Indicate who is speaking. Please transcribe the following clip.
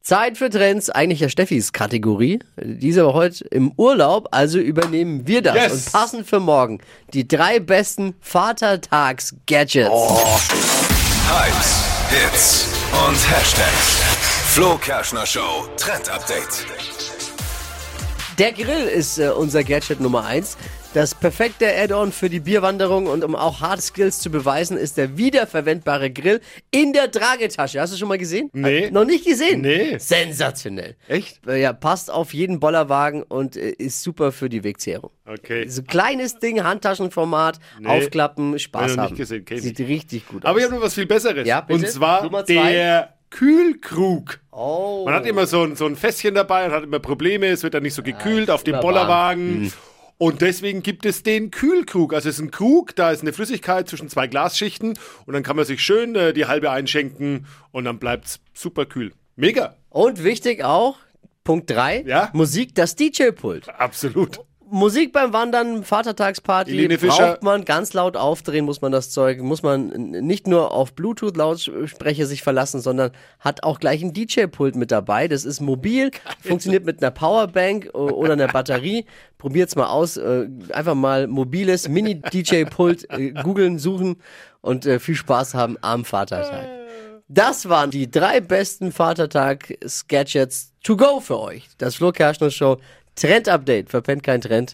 Speaker 1: Zeit für Trends, eigentlich ja Steffis Kategorie. Diese war heute im Urlaub, also übernehmen wir das
Speaker 2: Yes.
Speaker 1: und passend für morgen die drei besten Vatertags-Gadgets.
Speaker 2: Oh.
Speaker 3: Hypes, Hits und Hashtags. Flo Kerschner Show Trend Update.
Speaker 1: Der Grill ist äh, unser Gadget Nummer eins. Das perfekte Add-on für die Bierwanderung und um auch Hard Skills zu beweisen, ist der wiederverwendbare Grill in der Tragetasche. Hast du schon mal gesehen?
Speaker 2: Nee.
Speaker 1: Äh, noch nicht gesehen?
Speaker 2: Nee.
Speaker 1: Sensationell.
Speaker 2: Echt?
Speaker 1: Äh, Ja, passt auf jeden Bollerwagen und äh, ist super für die Wegzehrung.
Speaker 2: Okay.
Speaker 1: Äh, So kleines Ding, Handtaschenformat, aufklappen, Spaß
Speaker 2: noch nicht
Speaker 1: haben.
Speaker 2: gesehen, kenn ich
Speaker 1: Sieht richtig gut
Speaker 2: Aber ich
Speaker 1: aus.
Speaker 2: habe noch was viel Besseres.
Speaker 1: Ja, bitte.
Speaker 2: Und zwar
Speaker 1: Nummer zwei.
Speaker 2: der Kühlkrug.
Speaker 1: Oh. Ah,
Speaker 2: Man hat immer so ein, so ein Fässchen dabei und hat immer Probleme, es wird dann nicht so gekühlt auf dem
Speaker 1: immer
Speaker 2: Bollerwagen.
Speaker 1: Mhm.
Speaker 2: Und deswegen gibt es den Kühlkrug. Also es ist ein Krug, da ist eine Flüssigkeit zwischen zwei Glasschichten und dann kann man sich schön äh, die halbe einschenken und dann bleibt's super kühl. Mega,
Speaker 1: Und wichtig auch, Punkt drei:
Speaker 2: Ja?
Speaker 1: Musik, das DJ-Pult.
Speaker 2: absolut.
Speaker 1: Musik beim Wandern, Vatertagsparty
Speaker 2: Helene Fischer.
Speaker 1: braucht man ganz laut aufdrehen, muss man das Zeug, muss man n- nicht nur auf Bluetooth-Lautsprecher sich verlassen, sondern hat auch gleich ein DJ-Pult mit dabei. Das ist mobil, funktioniert mit einer Powerbank o- oder einer Batterie. Probiert's mal aus. äh, Einfach mal mobiles Mini-DJ-Pult äh, googeln, suchen und äh, viel Spaß haben am Vatertag. Das waren die drei besten Vatertag-Sketchets to go für euch. Das Flo Kerschner Show Trend Update. Verpennt kein Trend.